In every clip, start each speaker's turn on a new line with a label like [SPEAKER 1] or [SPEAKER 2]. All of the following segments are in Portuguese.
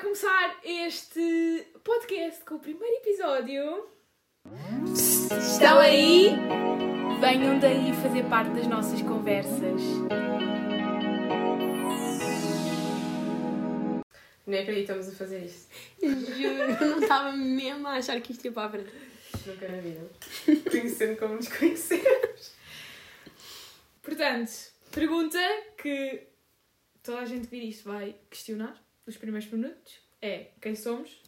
[SPEAKER 1] começar este podcast com o primeiro episódio. Estão aí? Venham daí fazer parte das nossas conversas.
[SPEAKER 2] Nem acreditamos a fazer isto.
[SPEAKER 3] Juro, eu não estava mesmo a achar que isto ia para a frente.
[SPEAKER 2] Nunca na vida. Conhecendo como nos conhecemos.
[SPEAKER 1] Portanto, pergunta que toda a gente que vir isto vai questionar os primeiros minutos é quem somos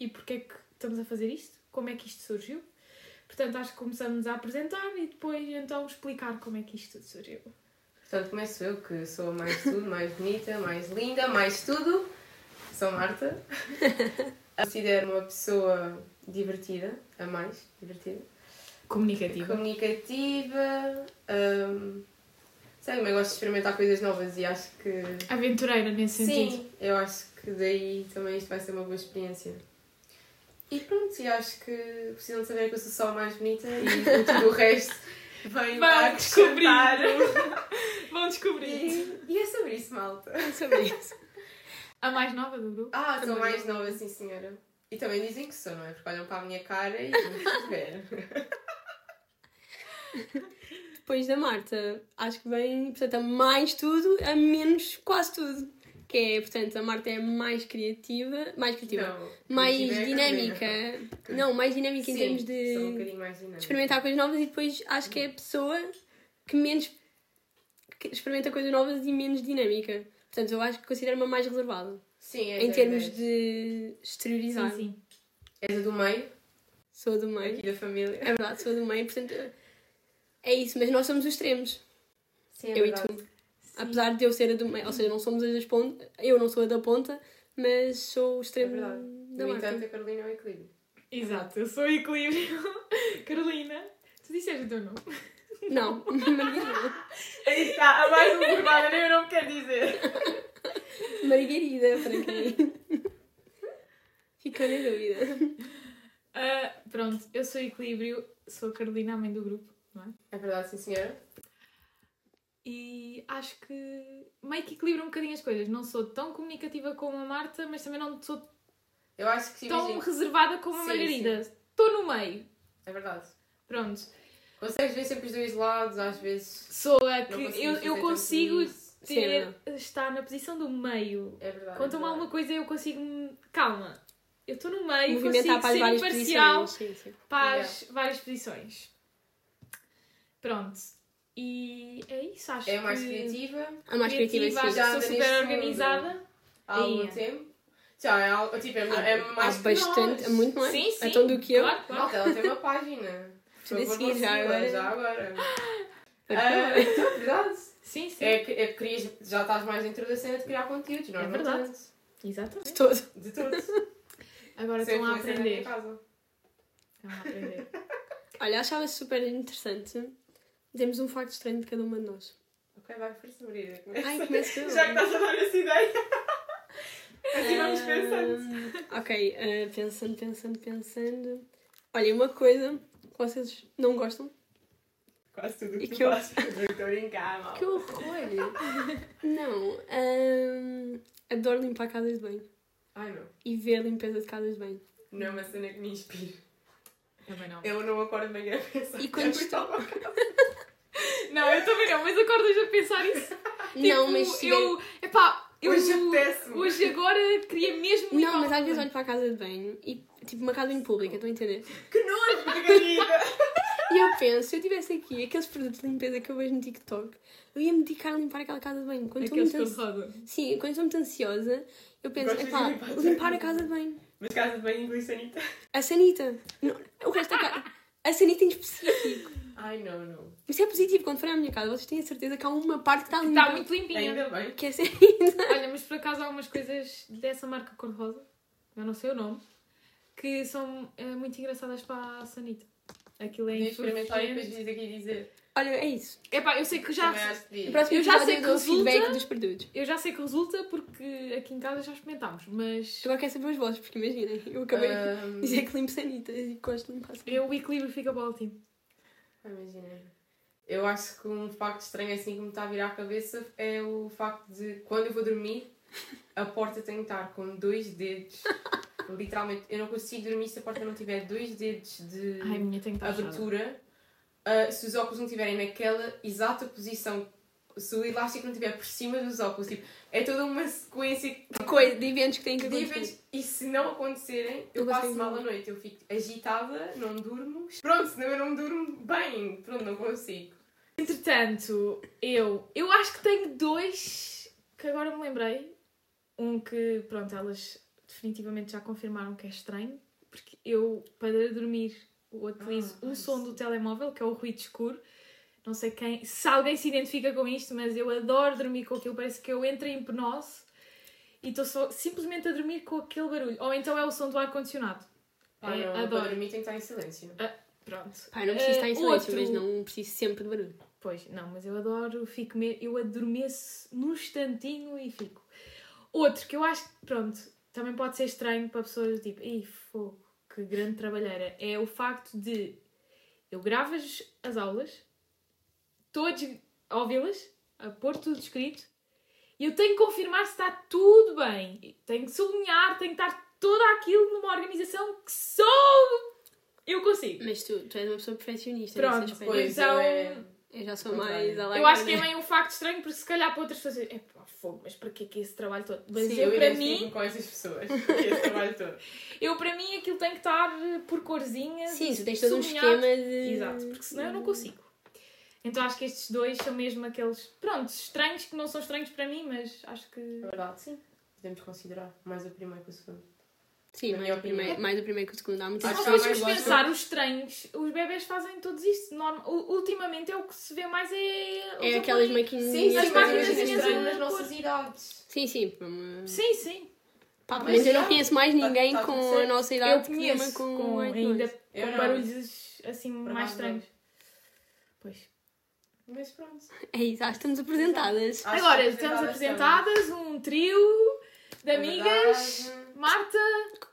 [SPEAKER 1] e porque é que estamos a fazer isto, como é que isto surgiu. Portanto, acho que começamos a apresentar e depois então explicar como é que isto tudo surgiu.
[SPEAKER 2] Portanto, começo eu, que sou a mais tudo, mais bonita, mais linda, mais tudo. Sou Marta. Considero uma pessoa divertida, a mais divertida.
[SPEAKER 1] Comunicativa.
[SPEAKER 2] Comunicativa. hum, sei, mas gosto de experimentar coisas novas e acho que.
[SPEAKER 1] Aventureira nesse sentido.
[SPEAKER 2] Sim, eu acho que daí também isto vai ser uma boa experiência. E pronto, e acho que precisam de saber que eu sou só a mais bonita e tudo o resto vem lá
[SPEAKER 1] Vão descobrir.
[SPEAKER 2] acrescentar.
[SPEAKER 1] Vão descobrir.
[SPEAKER 2] E, e é sobre isso, malta.
[SPEAKER 3] É sobre isso.
[SPEAKER 1] A mais nova do grupo.
[SPEAKER 2] Ah, sou
[SPEAKER 1] Também.
[SPEAKER 2] mais nova, sim, senhora. E também dizem que sou, não é? Porque olham para a minha cara e vão ver.
[SPEAKER 3] Depois da Marta, acho que vem, portanto, a mais tudo, a menos quase tudo. Que é, portanto, a Marta é mais criativa, mais criativa,
[SPEAKER 2] Não,
[SPEAKER 3] Tipo, mais
[SPEAKER 2] inclusive é a
[SPEAKER 3] dinâmica.
[SPEAKER 2] Carolina.
[SPEAKER 3] Não, mais dinâmica em
[SPEAKER 2] Sim,
[SPEAKER 3] termos
[SPEAKER 2] Sou um
[SPEAKER 3] de
[SPEAKER 2] bocadinho mais dinâmica.
[SPEAKER 3] experimentar coisas novas e depois acho que é a pessoa que menos que experimenta coisas novas e menos dinâmica. Portanto, eu acho que considero-me a mais reservada.
[SPEAKER 2] Sim, é, és
[SPEAKER 3] em
[SPEAKER 2] a
[SPEAKER 3] termos
[SPEAKER 2] dez.
[SPEAKER 3] de exteriorizar.
[SPEAKER 1] Sim, sim.
[SPEAKER 2] És a É do meio,
[SPEAKER 3] Sou do meio.
[SPEAKER 2] aqui da família.
[SPEAKER 3] É verdade, sou do meio, portanto. É isso, mas nós somos os extremos.
[SPEAKER 2] Sim, é
[SPEAKER 3] eu
[SPEAKER 2] verdade.
[SPEAKER 3] e tu. Apesar de eu ser a do meio, ou seja, não somos as das pontas, eu não sou a da ponta, mas sou o extremo
[SPEAKER 2] É verdade.
[SPEAKER 3] da
[SPEAKER 2] No entanto,
[SPEAKER 3] marca.
[SPEAKER 2] a Carolina é o equilíbrio.
[SPEAKER 1] Exato, eu sou equilíbrio. Carolina, tu disseste o teu nome.
[SPEAKER 3] Não, não Margarida.
[SPEAKER 2] Aí está, a mais um verbal, nem eu não quero dizer.
[SPEAKER 3] Margarida, para quem? Ficou na dúvida.
[SPEAKER 1] Ah, pronto, eu sou equilíbrio, sou a Carolina, a mãe do grupo, não é?
[SPEAKER 2] É verdade, sim, senhora.
[SPEAKER 1] E acho que meio que equilibro um bocadinho as coisas. Não sou tão comunicativa como a Marta, mas também não sou
[SPEAKER 2] Eu acho que sim,
[SPEAKER 1] tão
[SPEAKER 2] imagino.
[SPEAKER 1] reservada como a
[SPEAKER 2] Sim,
[SPEAKER 1] Margarida. Estou no meio.
[SPEAKER 2] É verdade.
[SPEAKER 1] Pronto.
[SPEAKER 2] Consegues ver sempre os dois lados, às vezes.
[SPEAKER 1] Sou a
[SPEAKER 2] não
[SPEAKER 1] que
[SPEAKER 2] conseguimos
[SPEAKER 1] eu,
[SPEAKER 2] fazer
[SPEAKER 1] eu
[SPEAKER 2] tanto
[SPEAKER 1] consigo
[SPEAKER 2] isso.
[SPEAKER 3] Sim, é
[SPEAKER 1] ter, estar na posição do meio.
[SPEAKER 2] É verdade.
[SPEAKER 1] Contam-me
[SPEAKER 2] é
[SPEAKER 1] alguma
[SPEAKER 2] verdade.
[SPEAKER 1] coisa eu consigo. me- Calma. Eu estou no meio, consigo
[SPEAKER 3] Movimentar para as
[SPEAKER 1] ser
[SPEAKER 3] várias
[SPEAKER 1] imparcial
[SPEAKER 3] posições. Sim, sim.
[SPEAKER 1] para as várias posições. Pronto. E é isso, acho
[SPEAKER 2] É mais
[SPEAKER 1] que-
[SPEAKER 2] criativa,
[SPEAKER 3] A É mais criativa,
[SPEAKER 1] criativa, acho
[SPEAKER 3] sim.
[SPEAKER 2] Já
[SPEAKER 1] que
[SPEAKER 2] anda
[SPEAKER 1] sou
[SPEAKER 2] neste
[SPEAKER 1] super
[SPEAKER 2] mundo.
[SPEAKER 1] organizada.
[SPEAKER 2] há algum
[SPEAKER 1] Ia.
[SPEAKER 2] tempo. Já, é, al- tipo, é, ma- é mais
[SPEAKER 3] Há
[SPEAKER 2] que
[SPEAKER 3] bastante,
[SPEAKER 2] nós.
[SPEAKER 3] muito mais.
[SPEAKER 1] Sim, sim.
[SPEAKER 3] Então do que eu.
[SPEAKER 1] Claro, claro.
[SPEAKER 2] Malta, ela tem uma página. Por
[SPEAKER 3] Precisa
[SPEAKER 2] favor,
[SPEAKER 3] seguir já
[SPEAKER 2] consegui-la,
[SPEAKER 3] agora.
[SPEAKER 2] Já agora.
[SPEAKER 3] Por
[SPEAKER 2] Ah,
[SPEAKER 3] favor.
[SPEAKER 2] então, é verdade.
[SPEAKER 1] Sim, sim.
[SPEAKER 2] É que, é que crias, já estás mais dentro da cena de criar conteúdos, não
[SPEAKER 1] É
[SPEAKER 2] não
[SPEAKER 1] verdade.
[SPEAKER 2] tanto.
[SPEAKER 1] Exatamente.
[SPEAKER 3] De todo.
[SPEAKER 2] De tudo.
[SPEAKER 1] Agora
[SPEAKER 2] Sem
[SPEAKER 1] estão a
[SPEAKER 2] influencer na minha
[SPEAKER 1] aprender.
[SPEAKER 2] casa.
[SPEAKER 1] Estão a aprender.
[SPEAKER 3] Olha, achava super interessante. Temos um facto estranho de cada uma de nós.
[SPEAKER 2] Ok, vai por isso abrir.
[SPEAKER 3] Ai, começo eu.
[SPEAKER 2] Já que estás a dar essa ideia. Assim vamos
[SPEAKER 3] Ah,
[SPEAKER 2] pensando.
[SPEAKER 3] ok, ah, pensando, pensando, pensando. Olha, uma coisa que vocês não gostam.
[SPEAKER 2] Quase tudo o que
[SPEAKER 3] E
[SPEAKER 2] tu
[SPEAKER 3] que eu-
[SPEAKER 2] fazes. Estou a brincar, mal.
[SPEAKER 3] horror! não, ah, adoro limpar casas de banho
[SPEAKER 2] Ai, não.
[SPEAKER 3] e ver a limpeza de casas de banho.
[SPEAKER 2] Não é uma cena que me inspire.
[SPEAKER 1] Também não.
[SPEAKER 2] Eu não acordo de manhã a pensar.
[SPEAKER 3] E quando
[SPEAKER 2] que
[SPEAKER 3] estou-
[SPEAKER 2] é muito bom.
[SPEAKER 1] Não, Ah, eu também não, mas acordas a pensar isso.
[SPEAKER 2] Ah,
[SPEAKER 3] não,
[SPEAKER 1] Tipo,
[SPEAKER 3] mas se tiver-
[SPEAKER 1] eu. Epá, eu.
[SPEAKER 2] Hoje é apetece-me.
[SPEAKER 1] Hoje agora queria mesmo. ir
[SPEAKER 3] Não,
[SPEAKER 1] ao
[SPEAKER 3] mas às
[SPEAKER 1] banho.
[SPEAKER 3] vezes olho para a casa de banho e tipo uma casa em pública, estão a entender?
[SPEAKER 2] Que nojo, é Margarida!
[SPEAKER 3] E eu penso, se eu tivesse aqui aqueles produtos de limpeza que eu vejo no TikTok, eu ia me dedicar a limpar aquela casa de banho.
[SPEAKER 2] É
[SPEAKER 3] Quando estou
[SPEAKER 1] Aqueles
[SPEAKER 3] muito
[SPEAKER 1] É que eu
[SPEAKER 3] ansiosa.
[SPEAKER 1] rodo.
[SPEAKER 3] Sim, quando estou muito ansiosa, eu penso,
[SPEAKER 2] Gostas
[SPEAKER 3] é
[SPEAKER 2] de
[SPEAKER 3] pá,
[SPEAKER 2] limpar a
[SPEAKER 3] limpar
[SPEAKER 2] casa
[SPEAKER 3] a casa de banho.
[SPEAKER 2] Mas casa de banho inclui sanita.
[SPEAKER 3] A sanita. Não, o resto da casa. A sanita em específico.
[SPEAKER 2] Ai, não, não.
[SPEAKER 3] Isso é positivo. Quando forem à minha casa, vocês têm a certeza que há uma parte
[SPEAKER 2] Tá
[SPEAKER 3] que está limpa.
[SPEAKER 1] Está muito limpinha.
[SPEAKER 2] Ainda bem.
[SPEAKER 3] Que é a sanita.
[SPEAKER 1] Olha, mas por acaso há algumas coisas dessa marca cor-de-rosa, eu não sei o nome, que são eh, muito engraçadas para a Sanita. Aquilo é
[SPEAKER 2] Podia experimentar e depois
[SPEAKER 1] É
[SPEAKER 2] vires aqui dizer.
[SPEAKER 3] Olha, é isso.
[SPEAKER 1] Epá, eu sei que já.
[SPEAKER 2] Também acho que
[SPEAKER 3] O
[SPEAKER 2] devia.
[SPEAKER 3] próximo
[SPEAKER 1] Eu já
[SPEAKER 3] episódio
[SPEAKER 1] sei que
[SPEAKER 3] dou
[SPEAKER 1] resulta.
[SPEAKER 3] feedback dos produtos.
[SPEAKER 1] Eu já sei que resulta porque aqui em casa já experimentámos, mas
[SPEAKER 3] Agora quero saber os vossos, porque imaginem, eu acabei de
[SPEAKER 2] Ahm,
[SPEAKER 3] dizer que limpo sanitas e gosto de limpar sanitas.
[SPEAKER 1] eu, o equilíbrio fica para o último.
[SPEAKER 2] Imagina. Eu acho que um facto estranho assim que me está a vir à cabeça é o facto de quando eu vou dormir, A porta tem que estar com dois dedos. Literalmente, eu não consigo dormir se a porta não tiver dois dedos de
[SPEAKER 1] Ai, a minha tem que estar fechada.
[SPEAKER 2] abertura. Ah, se os óculos não estiverem naquela exata posição, se o elástico não estiver por cima dos óculos, tipo, é toda uma sequência
[SPEAKER 3] De, coisa, de eventos que têm que
[SPEAKER 2] de
[SPEAKER 3] acontecer.
[SPEAKER 2] eventos e se não acontecerem, eu
[SPEAKER 3] Eu
[SPEAKER 2] passo
[SPEAKER 3] consigo
[SPEAKER 2] mal à
[SPEAKER 3] dormir.
[SPEAKER 2] noite, eu fico agitada, não durmo. Pronto, senão eu não durmo bem, pronto, não consigo.
[SPEAKER 1] Entretanto, eu, eu acho que tenho dois que agora me lembrei. Um que, pronto, elas definitivamente já confirmaram que é estranho, porque eu, para dormir, eu utilizo
[SPEAKER 2] Ah,
[SPEAKER 1] o
[SPEAKER 2] ai,
[SPEAKER 1] som
[SPEAKER 2] sim.
[SPEAKER 1] do telemóvel, que é o ruído escuro. Não sei quem, se alguém se identifica com isto, mas eu adoro dormir com aquilo, parece que eu entro em hipnose e estou só simplesmente a dormir com aquele barulho. Ou então é o som do ar-condicionado.
[SPEAKER 2] Ah,
[SPEAKER 1] É,
[SPEAKER 2] não,
[SPEAKER 1] adoro.
[SPEAKER 2] para dormir tem que estar em silêncio.
[SPEAKER 1] Pronto.
[SPEAKER 3] Pá, eu não preciso estar em
[SPEAKER 1] Eh,
[SPEAKER 3] silêncio,
[SPEAKER 1] outro-
[SPEAKER 3] mas não preciso sempre de barulho.
[SPEAKER 1] Pois, não, mas eu adoro, fico me... eu adormeço num instantinho e fico. Outro que eu acho que, pronto, também pode ser estranho para pessoas do tipo, ei, fogo, que grande trabalheira, é o facto de eu gravo as, as aulas, todos a ouvi-las, a pôr tudo escrito, e eu tenho que confirmar se está tudo bem, tenho que sublinhar, tenho que estar tudo aquilo numa organização que só eu consigo.
[SPEAKER 3] Mas tu, tu és uma pessoa perfeccionista
[SPEAKER 1] Pronto,
[SPEAKER 3] nesse aspecto.
[SPEAKER 1] pois.
[SPEAKER 2] eu
[SPEAKER 1] então-
[SPEAKER 3] Eu já sou
[SPEAKER 2] Contrário.
[SPEAKER 3] mais além.
[SPEAKER 1] Eu acho que é meio um facto estranho, porque se calhar para outras pessoas é pá, fogo, mas para que é que esse trabalho todo? Mas
[SPEAKER 2] Sim,
[SPEAKER 1] eu,
[SPEAKER 2] eu
[SPEAKER 1] para
[SPEAKER 2] identifico-me
[SPEAKER 1] mim,
[SPEAKER 2] com essas pessoas, esse trabalho todo.
[SPEAKER 1] eu para mim aquilo tem que estar eh, por corzinhas.
[SPEAKER 3] Sim,
[SPEAKER 1] e
[SPEAKER 3] tu tens todo um
[SPEAKER 1] sublinhado.
[SPEAKER 3] esquema de.
[SPEAKER 1] Exato, porque senão eu não consigo. Então acho que estes dois são mesmo aqueles, pronto, estranhos que não são estranhos para mim, mas acho que.
[SPEAKER 2] É verdade.
[SPEAKER 1] Sim.
[SPEAKER 2] Podemos considerar mais o primeiro que o segundo.
[SPEAKER 3] Sim,
[SPEAKER 2] Na
[SPEAKER 3] mais
[SPEAKER 2] minha
[SPEAKER 3] o, primeiro,
[SPEAKER 2] opinião.
[SPEAKER 3] mais o primeiro que o segundo. Há
[SPEAKER 1] Se
[SPEAKER 3] muitas
[SPEAKER 2] Acho
[SPEAKER 1] nós
[SPEAKER 2] que há
[SPEAKER 3] pessoas
[SPEAKER 2] mais
[SPEAKER 1] formos
[SPEAKER 3] que
[SPEAKER 2] gostam.
[SPEAKER 1] pensar os estranhos, os bebés fazem todos isto. Norma- u- ultimamente é o que se vê mais é. os
[SPEAKER 3] É aquelas
[SPEAKER 1] aparelhos.
[SPEAKER 3] maquininhas.
[SPEAKER 2] Sim, sim,
[SPEAKER 1] as
[SPEAKER 2] mas
[SPEAKER 1] máquinas
[SPEAKER 2] imagina
[SPEAKER 1] tinhas
[SPEAKER 2] estranho
[SPEAKER 1] a
[SPEAKER 2] nas
[SPEAKER 1] pôr.
[SPEAKER 2] nossas idades.
[SPEAKER 3] Sim, sim. para uma-
[SPEAKER 1] Sim, sim.
[SPEAKER 3] Pá,
[SPEAKER 2] Mas
[SPEAKER 3] mas, eu
[SPEAKER 2] já-
[SPEAKER 3] não conheço mais
[SPEAKER 2] tá-
[SPEAKER 3] ninguém
[SPEAKER 2] tá
[SPEAKER 3] com a
[SPEAKER 2] certo.
[SPEAKER 3] nossa idade
[SPEAKER 1] Eu
[SPEAKER 3] que durma
[SPEAKER 1] conheço com,
[SPEAKER 3] oito
[SPEAKER 1] ainda
[SPEAKER 3] anos.
[SPEAKER 2] Eu
[SPEAKER 1] com
[SPEAKER 2] não.
[SPEAKER 1] barulhos assim mais
[SPEAKER 2] nada.
[SPEAKER 1] estranhos. Pois.
[SPEAKER 2] Mas pronto.
[SPEAKER 3] É isso, acho que estamos apresentadas.
[SPEAKER 2] Acho
[SPEAKER 1] Agora
[SPEAKER 2] que
[SPEAKER 1] estamos apresentadas um trio de
[SPEAKER 2] É
[SPEAKER 1] amigas,
[SPEAKER 2] verdade.
[SPEAKER 1] Marta,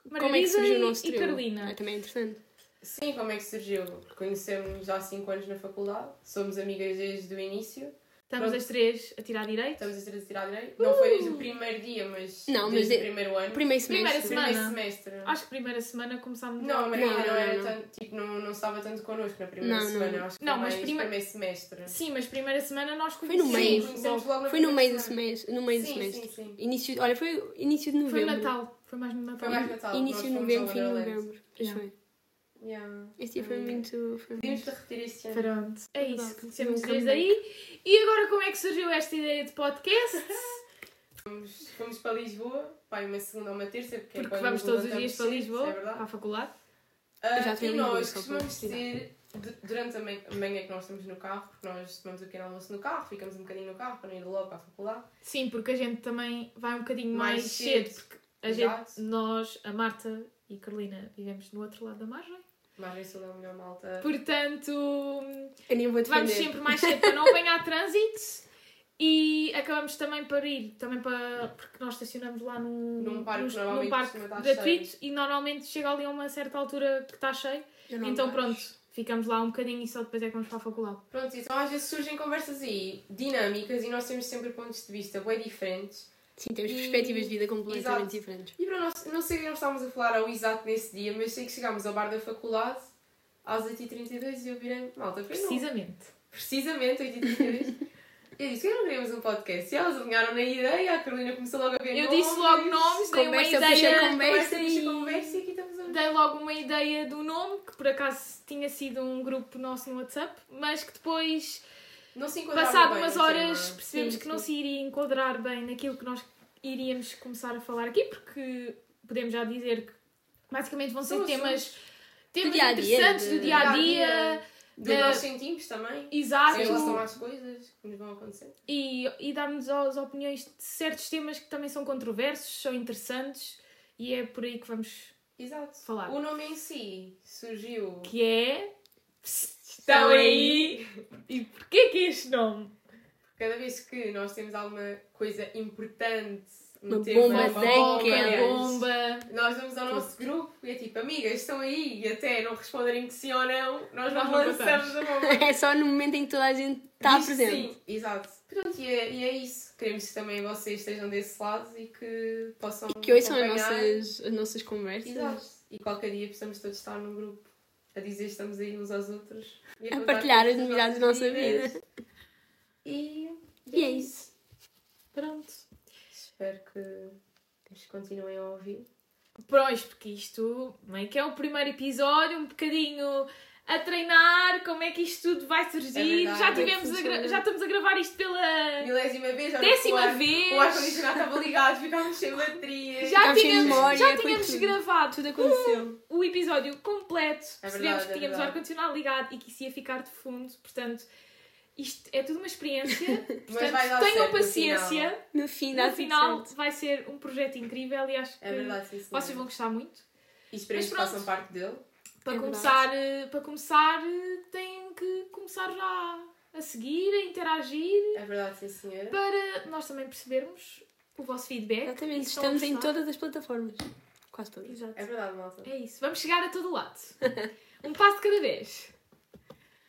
[SPEAKER 3] Como é que
[SPEAKER 1] Margarida
[SPEAKER 3] surgiu o
[SPEAKER 1] e-
[SPEAKER 3] nosso
[SPEAKER 1] e,
[SPEAKER 3] trio? É
[SPEAKER 1] Carolina.
[SPEAKER 3] também interessante.
[SPEAKER 2] Sim, como é que surgiu? Conhecemos já há 5 anos na faculdade, somos amigas desde o início,
[SPEAKER 1] Estamos
[SPEAKER 2] Pronto.
[SPEAKER 1] as três a tirar direito.
[SPEAKER 2] estamos a tirar direito. Não foi desde o primeiro dia, mas
[SPEAKER 3] Não, mas
[SPEAKER 2] desde
[SPEAKER 3] de-
[SPEAKER 2] o primeiro ano.
[SPEAKER 3] Primeiro
[SPEAKER 1] Primeira
[SPEAKER 3] semestre.
[SPEAKER 2] Primeiro
[SPEAKER 1] semana.
[SPEAKER 2] semestre.
[SPEAKER 1] Acho que primeira semana começámos
[SPEAKER 2] Não, a
[SPEAKER 1] a...
[SPEAKER 2] Margarida não,
[SPEAKER 3] Não, não,
[SPEAKER 2] era
[SPEAKER 3] não.
[SPEAKER 2] tanto, tipo, não, não estava tanto connosco na primeira
[SPEAKER 3] Não, não.
[SPEAKER 2] semana, acho que
[SPEAKER 1] Não,
[SPEAKER 2] foi
[SPEAKER 1] mas
[SPEAKER 2] mais
[SPEAKER 1] prime-
[SPEAKER 2] primeiro semestre.
[SPEAKER 1] Sim, mas primeira semana nós
[SPEAKER 3] no
[SPEAKER 1] conhecemos.
[SPEAKER 3] meio.
[SPEAKER 2] Sim, conhecemos logo na
[SPEAKER 3] Foi no
[SPEAKER 2] primeira
[SPEAKER 3] meio do
[SPEAKER 2] semana.
[SPEAKER 3] semestre. No meio do
[SPEAKER 2] sim,
[SPEAKER 3] semestre.
[SPEAKER 2] Sim, sim.
[SPEAKER 3] Início, olha, foi início de novembro.
[SPEAKER 1] Foi o Natal. Foi mais no Natal.
[SPEAKER 2] Foi mais Natal.
[SPEAKER 3] Início de
[SPEAKER 2] nós fomos
[SPEAKER 3] novembro,
[SPEAKER 2] ao
[SPEAKER 3] fim de
[SPEAKER 2] Wonderland.
[SPEAKER 3] novembro. Pois
[SPEAKER 1] Yeah.
[SPEAKER 3] foi.
[SPEAKER 2] Yeah.
[SPEAKER 3] Este dia foi
[SPEAKER 2] Hum.
[SPEAKER 3] muito. Foi
[SPEAKER 2] Podíamos
[SPEAKER 3] muito...
[SPEAKER 2] repetir este ano.
[SPEAKER 1] Pronto. É isso.
[SPEAKER 3] Verdade.
[SPEAKER 1] Conhecemos
[SPEAKER 3] Foi um
[SPEAKER 1] desde
[SPEAKER 3] comeback.
[SPEAKER 1] aí. E agora como é que surgiu esta ideia de podcast?
[SPEAKER 2] Fomos, fomos para Lisboa, pá, uma segunda ou uma terça, porque, é
[SPEAKER 1] Porque
[SPEAKER 2] quando
[SPEAKER 1] vamos
[SPEAKER 2] nos
[SPEAKER 1] todos os
[SPEAKER 2] levantamos
[SPEAKER 1] dias para
[SPEAKER 2] cedo,
[SPEAKER 1] Lisboa,
[SPEAKER 2] É verdade.
[SPEAKER 1] para a faculdade.
[SPEAKER 2] Ah,
[SPEAKER 3] Eu já tenho
[SPEAKER 2] e
[SPEAKER 3] Lisboa,
[SPEAKER 2] nós
[SPEAKER 3] só para
[SPEAKER 2] costumamos
[SPEAKER 3] pesquisar.
[SPEAKER 2] ter, de- durante a man- a manhã que nós estamos no carro, porque nós tomamos o pequeno almoço no carro, ficamos um bocadinho no carro para não ir logo à faculdade.
[SPEAKER 1] Sim, porque a gente também vai um bocadinho mais,
[SPEAKER 2] Mais
[SPEAKER 1] cedo.
[SPEAKER 2] cedo.
[SPEAKER 1] Porque a
[SPEAKER 2] Exato.
[SPEAKER 1] gente, nós, a Marta e Carolina, vivemos no outro lado da margem.
[SPEAKER 2] Mas isso não é a melhor malta.
[SPEAKER 1] Portanto,
[SPEAKER 3] Eu nem vou defender.
[SPEAKER 1] vamos sempre mais cedo para não apanhar trânsito. E acabamos também para ir, também para, porque nós estacionamos lá num,
[SPEAKER 2] Num parque que
[SPEAKER 1] num
[SPEAKER 2] normalmente tá
[SPEAKER 1] parque
[SPEAKER 2] costuma estar
[SPEAKER 1] gratuito e normalmente chega ali a uma certa altura que está cheio.
[SPEAKER 3] Eu não
[SPEAKER 1] então
[SPEAKER 3] acho.
[SPEAKER 1] pronto, ficamos lá um bocadinho e só depois é que vamos para a faculdade.
[SPEAKER 2] Pronto, então às vezes surgem conversas aí dinâmicas e nós temos sempre pontos de vista bem diferentes.
[SPEAKER 3] Sim, temos
[SPEAKER 2] E-
[SPEAKER 3] perspectivas de vida completamente
[SPEAKER 2] Exato.
[SPEAKER 3] diferentes.
[SPEAKER 2] E para nós, não sei que nós estávamos a falar ao exato nesse dia, mas sei que chegámos ao bar da faculdade às 8h32 e eu virei, malta, para não
[SPEAKER 1] Precisamente.
[SPEAKER 2] precisamente 83. Eu disse que não queríamos um podcast. E elas alinharam na ideia, a Carolina começou logo a ver
[SPEAKER 1] Eu disse logo nomes, dei uma
[SPEAKER 3] Conversa,
[SPEAKER 1] ideia.
[SPEAKER 3] puxa,
[SPEAKER 2] conversa,
[SPEAKER 3] Conversa
[SPEAKER 2] puxa
[SPEAKER 3] e-
[SPEAKER 2] conversa e aqui estamos a
[SPEAKER 1] Dei logo uma ideia do nome, que por acaso tinha sido um grupo nosso no WhatsApp, mas que depois,
[SPEAKER 2] Não se encontrava
[SPEAKER 1] passado
[SPEAKER 2] bem,
[SPEAKER 1] umas
[SPEAKER 2] não sei,
[SPEAKER 1] horas,
[SPEAKER 2] não é?
[SPEAKER 1] percebemos
[SPEAKER 3] Sim,
[SPEAKER 1] que não
[SPEAKER 3] sim.
[SPEAKER 1] se iria enquadrar bem naquilo que nós iríamos começar a falar aqui, porque podemos já dizer que basicamente vão ser
[SPEAKER 2] São
[SPEAKER 1] temas, temas
[SPEAKER 3] dia-a-dia,
[SPEAKER 1] interessantes
[SPEAKER 3] de-
[SPEAKER 1] do dia a dia.
[SPEAKER 2] Do
[SPEAKER 1] da-
[SPEAKER 2] nós sentimos também. Em
[SPEAKER 1] Exato,
[SPEAKER 2] relação às coisas que nos vão acontecer.
[SPEAKER 1] e, e dar-nos as opiniões de certos temas que também são controversos, são interessantes, e é por aí que vamos
[SPEAKER 2] Exato.
[SPEAKER 1] falar.
[SPEAKER 2] O nome em si surgiu.
[SPEAKER 1] que é. Estão aí! E porquê que é este nome?
[SPEAKER 2] Cada vez que nós temos alguma coisa importante, um
[SPEAKER 3] Uma
[SPEAKER 2] tema,
[SPEAKER 3] bomba daquelas.
[SPEAKER 2] aliás,
[SPEAKER 1] bomba!
[SPEAKER 2] Nós vamos ao nosso grupo e é tipo, amigas, estão aí, e até não responderem que sim ou não, nós
[SPEAKER 1] Nós
[SPEAKER 2] não
[SPEAKER 1] não contamos.
[SPEAKER 2] lançamos a bomba.
[SPEAKER 3] É só no momento em que toda a gente está
[SPEAKER 2] Diz que
[SPEAKER 3] presente.
[SPEAKER 2] Sim, exato. Pronto, e é, e é isso. Queremos que também vocês estejam desse lado e que possam.
[SPEAKER 3] E que ouçam as
[SPEAKER 2] acompanhar.
[SPEAKER 3] nossas, as nossas conversas.
[SPEAKER 2] Exato. E qualquer dia precisamos todos estar num grupo a dizer que estamos aí uns aos outros e
[SPEAKER 3] A
[SPEAKER 2] contar
[SPEAKER 3] partilhar
[SPEAKER 2] coisas
[SPEAKER 3] as novidades da nossa vida.
[SPEAKER 2] E,
[SPEAKER 3] E é isso.
[SPEAKER 1] Pronto.
[SPEAKER 2] Espero que nos continuem a ouvir.
[SPEAKER 1] Pois, porque isto meio que é o primeiro episódio, um bocadinho a treinar, como é que isto tudo vai surgir.
[SPEAKER 2] verdade,
[SPEAKER 1] já,
[SPEAKER 2] é
[SPEAKER 1] tivemos a
[SPEAKER 2] preciso-
[SPEAKER 1] gra- já estamos a gravar isto
[SPEAKER 3] É.
[SPEAKER 1] pela
[SPEAKER 2] Milésima vez, olha, o
[SPEAKER 1] décima
[SPEAKER 2] ar-
[SPEAKER 1] vez.
[SPEAKER 2] O ar-condicionado estava ligado, ficámos sem bateria.
[SPEAKER 1] Já
[SPEAKER 3] Ficámos sem
[SPEAKER 1] tínhamos,
[SPEAKER 3] memória,
[SPEAKER 1] já
[SPEAKER 3] foi
[SPEAKER 1] tínhamos
[SPEAKER 3] tudo.
[SPEAKER 1] gravado
[SPEAKER 3] Tudo aconteceu.
[SPEAKER 1] o episódio completo.
[SPEAKER 2] É
[SPEAKER 1] Percebemos
[SPEAKER 2] verdade,
[SPEAKER 1] que
[SPEAKER 2] é
[SPEAKER 1] tínhamos o
[SPEAKER 2] verdade.
[SPEAKER 1] ar-condicionado ligado e que isso ia ficar de fundo. Portanto, isto é tudo uma experiência.
[SPEAKER 2] Mas vai
[SPEAKER 1] Portanto,
[SPEAKER 2] dar
[SPEAKER 1] tenham
[SPEAKER 2] certo no final.
[SPEAKER 1] paciência.
[SPEAKER 3] No fim, dá
[SPEAKER 1] No
[SPEAKER 3] tudo
[SPEAKER 1] final
[SPEAKER 3] certo.
[SPEAKER 1] vai ser um projeto incrível e acho que
[SPEAKER 2] É verdade, sim, senhora.
[SPEAKER 1] vocês vão gostar muito.
[SPEAKER 2] E
[SPEAKER 1] Mas
[SPEAKER 2] esperemos que
[SPEAKER 1] pronto.
[SPEAKER 2] façam parte dele.
[SPEAKER 1] Para,
[SPEAKER 3] É
[SPEAKER 1] começar, eh, para começar, eh, têm que começar já a seguir, a interagir,
[SPEAKER 2] É verdade, sim, senhora.
[SPEAKER 1] para nós também percebermos o vosso
[SPEAKER 2] É
[SPEAKER 1] feedback.
[SPEAKER 3] Exatamente,
[SPEAKER 1] e se estão a
[SPEAKER 3] estamos em
[SPEAKER 1] gostar.
[SPEAKER 3] todas as plataformas. Quase todas.
[SPEAKER 1] Exato.
[SPEAKER 2] É verdade, malta.
[SPEAKER 1] É isso, vamos chegar a todo lado. Um passo de cada vez.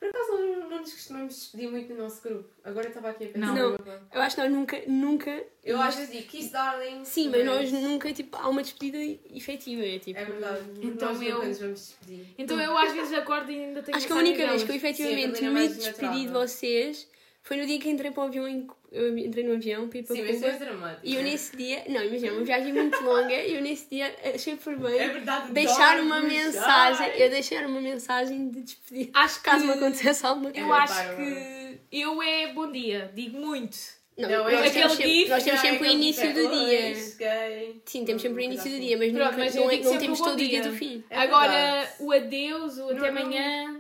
[SPEAKER 2] Por acaso não, não nos costumamos despedir muito do nosso grupo. Agora eu estava aqui a pensar.
[SPEAKER 1] Não.
[SPEAKER 2] Não.
[SPEAKER 3] Eu acho que nós nunca, nunca.
[SPEAKER 2] Eu às vezes digo, kiss darling.
[SPEAKER 3] Sim, mas nós nunca, tipo, há uma despedida efetiva. É tipo.
[SPEAKER 2] É verdade.
[SPEAKER 1] Então
[SPEAKER 2] nós
[SPEAKER 1] eu-
[SPEAKER 2] nunca nos vamos despedir.
[SPEAKER 1] Então eu às vezes acordo e ainda tenho um
[SPEAKER 3] Acho que a única vez
[SPEAKER 1] pensar
[SPEAKER 3] que eu
[SPEAKER 1] nelas.
[SPEAKER 2] é Sim, a
[SPEAKER 3] efetivamente
[SPEAKER 2] Carolina
[SPEAKER 3] me
[SPEAKER 2] mais
[SPEAKER 3] despedi de
[SPEAKER 2] natural, não é?
[SPEAKER 3] vocês foi no dia que entrei para o avião. Em, eu entrei no avião para ir para
[SPEAKER 2] Sim, mas isso é
[SPEAKER 3] Cuba.
[SPEAKER 2] dramático.
[SPEAKER 3] Tipo, E eu nesse dia. Não, imagina, uma viagem muito longa. E eu nesse dia achei por bem
[SPEAKER 2] É verdade,
[SPEAKER 3] deixar
[SPEAKER 2] dói, Ah,
[SPEAKER 3] uma
[SPEAKER 2] mas
[SPEAKER 3] mensagem.
[SPEAKER 2] dói.
[SPEAKER 3] Eu deixar uma mensagem de despedida.
[SPEAKER 1] Acho que
[SPEAKER 3] Caso me acontecesse alguma coisa.
[SPEAKER 1] Eu acho
[SPEAKER 2] Bárbara.
[SPEAKER 1] que eu é bom dia, digo muito.
[SPEAKER 3] Não,
[SPEAKER 2] Não, é
[SPEAKER 3] nós, temos
[SPEAKER 1] aquele
[SPEAKER 3] sempre,
[SPEAKER 1] gif,
[SPEAKER 3] nós temos
[SPEAKER 2] Não,
[SPEAKER 3] sempre o
[SPEAKER 2] aquele
[SPEAKER 3] início
[SPEAKER 2] tipo,
[SPEAKER 3] do
[SPEAKER 2] "Oi,
[SPEAKER 3] dia.
[SPEAKER 2] cheguei".
[SPEAKER 3] Sim, temos sempre o
[SPEAKER 2] Uma
[SPEAKER 3] início
[SPEAKER 2] coisa
[SPEAKER 3] do
[SPEAKER 2] assim.
[SPEAKER 3] dia, mas,
[SPEAKER 1] Pronto,
[SPEAKER 3] nunca,
[SPEAKER 1] mas eu
[SPEAKER 3] não, é-
[SPEAKER 1] digo
[SPEAKER 3] não
[SPEAKER 1] sempre
[SPEAKER 3] temos
[SPEAKER 1] bom
[SPEAKER 3] todo o dia
[SPEAKER 1] dia.
[SPEAKER 3] do fim.
[SPEAKER 2] É
[SPEAKER 1] Agora,
[SPEAKER 2] verdade.
[SPEAKER 1] o adeus, o
[SPEAKER 2] Não,
[SPEAKER 1] até
[SPEAKER 2] não.
[SPEAKER 1] amanhã.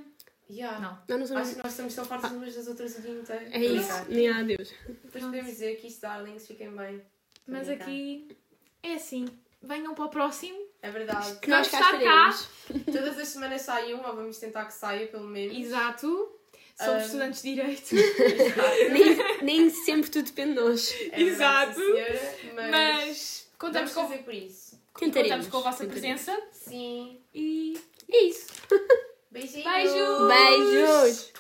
[SPEAKER 2] Yeah.
[SPEAKER 1] Ah, Não.
[SPEAKER 3] Nós não somos.
[SPEAKER 2] Acho que nós estamos tão fartas umas das outras o dia inteiro.
[SPEAKER 3] É isso, nem há adeus.
[SPEAKER 2] Depois podemos dizer que isto darlings, fiquem bem.
[SPEAKER 1] Mas
[SPEAKER 2] Fiquem cá.
[SPEAKER 1] aqui é assim. Venham para o próximo.
[SPEAKER 2] É verdade.
[SPEAKER 3] Que
[SPEAKER 1] Vamos
[SPEAKER 3] nós cá
[SPEAKER 1] estar cá.
[SPEAKER 3] estaremos.
[SPEAKER 2] Todas as semanas sai um, ou vamos tentar que saia pelo menos.
[SPEAKER 1] Exato. Somos
[SPEAKER 2] Um,
[SPEAKER 1] estudantes de Direito.
[SPEAKER 3] Nem, nem sempre tudo depende de nós.
[SPEAKER 2] É
[SPEAKER 1] Exato.
[SPEAKER 2] verdade, sim, senhora, mas,
[SPEAKER 1] Mas contamos
[SPEAKER 2] vamos
[SPEAKER 1] com,
[SPEAKER 2] fazer por isso.
[SPEAKER 1] contamos
[SPEAKER 3] Tentaremos.
[SPEAKER 1] com a vossa
[SPEAKER 3] tentaremos.
[SPEAKER 1] presença.
[SPEAKER 2] Sim.
[SPEAKER 1] E
[SPEAKER 3] É isso.
[SPEAKER 2] Beijinhos.
[SPEAKER 1] beijos!
[SPEAKER 3] Beijos!